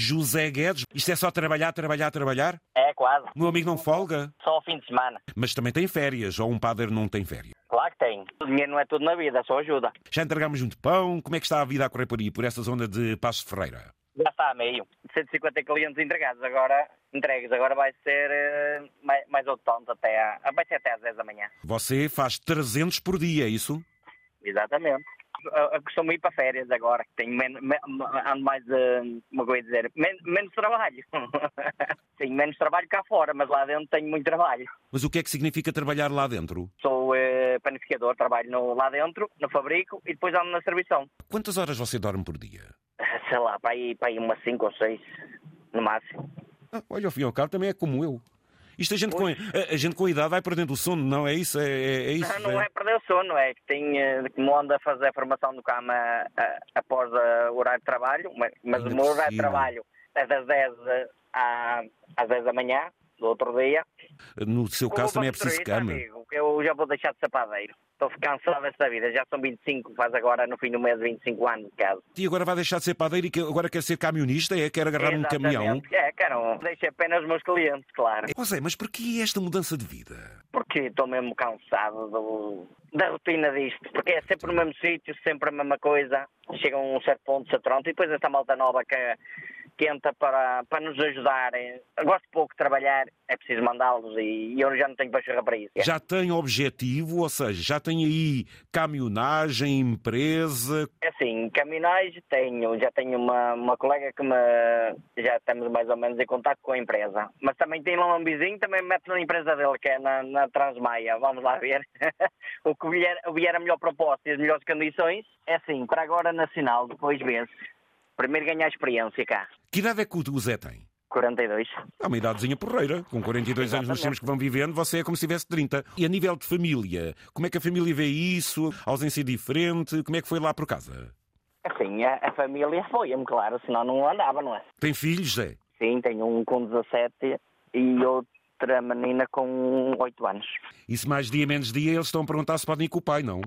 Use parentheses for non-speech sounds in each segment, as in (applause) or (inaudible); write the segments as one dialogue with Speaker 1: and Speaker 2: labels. Speaker 1: José Guedes, isto é só trabalhar, trabalhar, trabalhar?
Speaker 2: É, quase.
Speaker 1: Meu amigo não folga,
Speaker 2: Só ao fim de semana.
Speaker 1: mas também tem férias, ou um padre não tem férias.
Speaker 2: Claro que tem. O dinheiro não é tudo na vida, só ajuda.
Speaker 1: Já entregámos muito pão, como é que está a vida a correr por aí, por essa zona de Passo de Ferreira?
Speaker 2: Já está a meio. 150 clientes entregados agora, entregues. Agora vai ser eh, mais, mais outro tonto até à, ah, vai ser até às 10 da manhã.
Speaker 1: Você faz 300 por dia, é isso?
Speaker 2: Exatamente. Eu, eu costumo ir para férias agora, que tenho menos, me- ando mais, eh, como é que eu ia dizer, Men- menos trabalho. (laughs) tenho menos trabalho cá fora, mas lá dentro tenho muito trabalho.
Speaker 1: Mas o que é que significa trabalhar lá dentro?
Speaker 2: Sou eh, panificador, trabalho no- lá dentro, no fabrico e depois ando na servição.
Speaker 1: Quantas horas você dorme por dia?
Speaker 2: (laughs) Sei lá, para aí, para aí umas 5 ou 6, no máximo.
Speaker 1: Ah, olha, ao fim e ao cabo também é como eu. Isto a gente, com, a, a gente com a idade vai perdendo o sono, não é isso? É, é- é isso
Speaker 2: Não, não é perder o sono, é que tem, eh, como anda a fazer a formação do cama ah, após ah, o horário de trabalho, mas, mas
Speaker 1: Ainda
Speaker 2: o meu
Speaker 1: por
Speaker 2: horário de
Speaker 1: cima.
Speaker 2: trabalho é das 10 à- às 10 da manhã, do outro dia.
Speaker 1: No seu
Speaker 2: Eu vou
Speaker 1: caso também é preciso
Speaker 2: construir,
Speaker 1: cama.
Speaker 2: amigo, eu já vou deixar de sapadeiro. Estou cansado desta vida, já são 25, faz agora no fim do mês 25 anos é de casa.
Speaker 1: E agora vai deixar de ser padeiro e que- agora quer ser camionista? É? Quer agarrar um caminhão?
Speaker 2: Exatamente. É, cara, não deixo apenas os meus clientes, claro.
Speaker 1: José, mas porquê esta mudança de vida?
Speaker 2: Porque estou mesmo cansado do- da rotina disto, porque é sempre no mesmo sítio, sempre a mesma coisa. Chega um certo ponto, se atronta, e depois esta malta nova que, que entra para, para nos ajudar. Eu gosto pouco de trabalhar, é preciso mandá-los e, eu já não tenho pachorra para isso.
Speaker 1: Já tem objetivo, ou seja, já tem aí caminhonagem, empresa.
Speaker 2: É Assim, caminhões tenho, já tenho uma, uma colega que me. Já estamos mais ou menos em contato com a empresa. Mas também tem lá um vizinho, também me mete na empresa dele, que é na, na Transmaia. Vamos lá ver. (laughs) o que vier, o vier a melhor proposta e as melhores condições. É assim, para agora nacional, depois vê-se. Primeiro ganhar experiência cá.
Speaker 1: Que idade é que o Zé tem?
Speaker 2: 42.
Speaker 1: Há uma idadezinha porreira. Com 42 anos nós
Speaker 2: Exatamente.
Speaker 1: temos que vão vivendo, você é como se tivesse 30. E a nível de família, como é que a família vê isso? A ausência é diferente? Como é que foi lá por casa?
Speaker 2: Assim, a, a família foi-me, claro, senão não andava, não é?
Speaker 1: Tem filhos, Zé?
Speaker 2: Sim, tenho um com 17 e outra menina com 8 anos.
Speaker 1: E se mais dia menos dia eles estão a perguntar se podem ir com o pai,
Speaker 2: (laughs)
Speaker 1: não?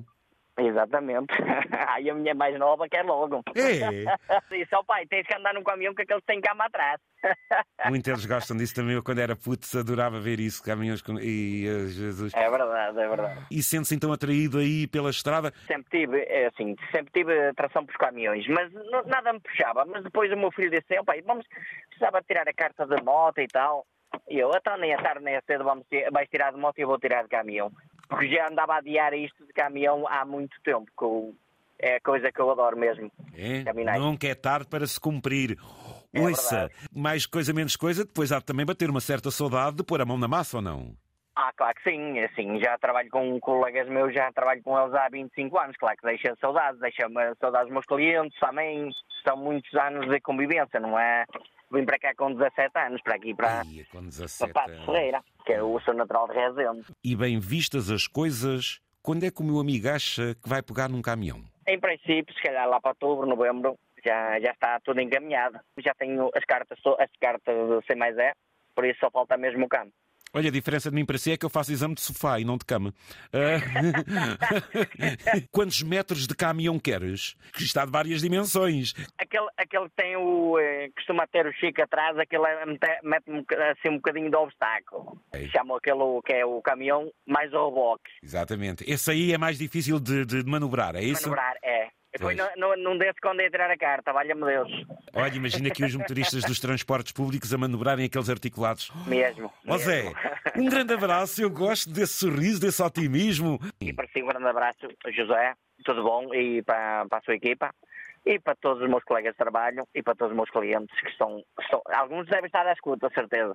Speaker 2: Exatamente. (laughs) Aí a minha mais nova quer logo.
Speaker 1: É.
Speaker 2: (laughs) Disse ao pai, tens que andar num caminhão que aqueles têm cama atrás. (laughs)
Speaker 1: Muitos eles gostam disso também. Eu, quando era puto, adorava ver isso. Caminhões com... E, eh, Jesus.
Speaker 2: É verdade, é verdade.
Speaker 1: E sente-se então atraído aí pela estrada.
Speaker 2: Sempre tive, é assim, sempre tive atração por caminhões, mas não- nada me puxava. Mas depois o meu filho disse, "Ó pai, vamos, precisava tirar a carta de moto e tal. E eu, então nem a tarde nem a cedo vamos ti- vais tirar de moto e eu vou tirar de caminhão. Porque já andava a adiar isto de caminhão há muito tempo, que eu- é a coisa que eu adoro mesmo.
Speaker 1: É,
Speaker 2: Caminhei.
Speaker 1: nunca é tarde para se cumprir.
Speaker 2: É
Speaker 1: Ouça,
Speaker 2: verdade.
Speaker 1: mais coisa, menos coisa, depois há de também bater uma certa saudade de pôr a mão na massa ou não?
Speaker 2: Ah, claro que sim, assim, já trabalho com colegas meus, já trabalho com eles há 25 anos, claro que deixa saudades, deixa-me saudades dos meus clientes também, são muitos anos de convivência, não é? Vim para cá com 17 anos, para aqui, para,
Speaker 1: Ai, é com
Speaker 2: para
Speaker 1: 17
Speaker 2: Pato
Speaker 1: anos.
Speaker 2: Ferreira, que é o seu natural de Rezende.
Speaker 1: E bem vistas as coisas, quando é que o meu amigo acha que vai pegar num caminhão?
Speaker 2: Em princípio, se calhar lá para outubro, novembro, já, já está tudo encaminhado, já tenho as cartas, to- as cartas de C mais E, por isso só falta mesmo o campo.
Speaker 1: Olha, a diferença de mim para si é que eu faço exame de sofá e não de cama. Ah, (laughs) Quantos metros de caminhão queres? Que está de várias dimensões.
Speaker 2: Aquele, aquele que tem o. eh, costuma ter o Chico atrás, aquele é- mete- mete-me um boca- assim um bocadinho de obstáculo.
Speaker 1: Ei.
Speaker 2: Chamam aquele o- que é o caminhão mais o reboque.
Speaker 1: Exatamente. Esse aí é mais difícil de, de manobrar, é isso?
Speaker 2: Manobrar, é. Depois
Speaker 1: Pois.
Speaker 2: não, não, não desce quando ia tirar a carta, valha-me Deus.
Speaker 1: Olha, imagina aqui os motoristas dos transportes públicos a manobrarem aqueles articulados.
Speaker 2: Mesmo.
Speaker 1: Ó Zé, um grande abraço, eu gosto desse sorriso, desse otimismo.
Speaker 2: E para si, um grande abraço, José, tudo bom, e para, para a sua equipa, e para todos os meus colegas de trabalho, e para todos os meus clientes que estão. que estão alguns devem estar à escuta, certeza.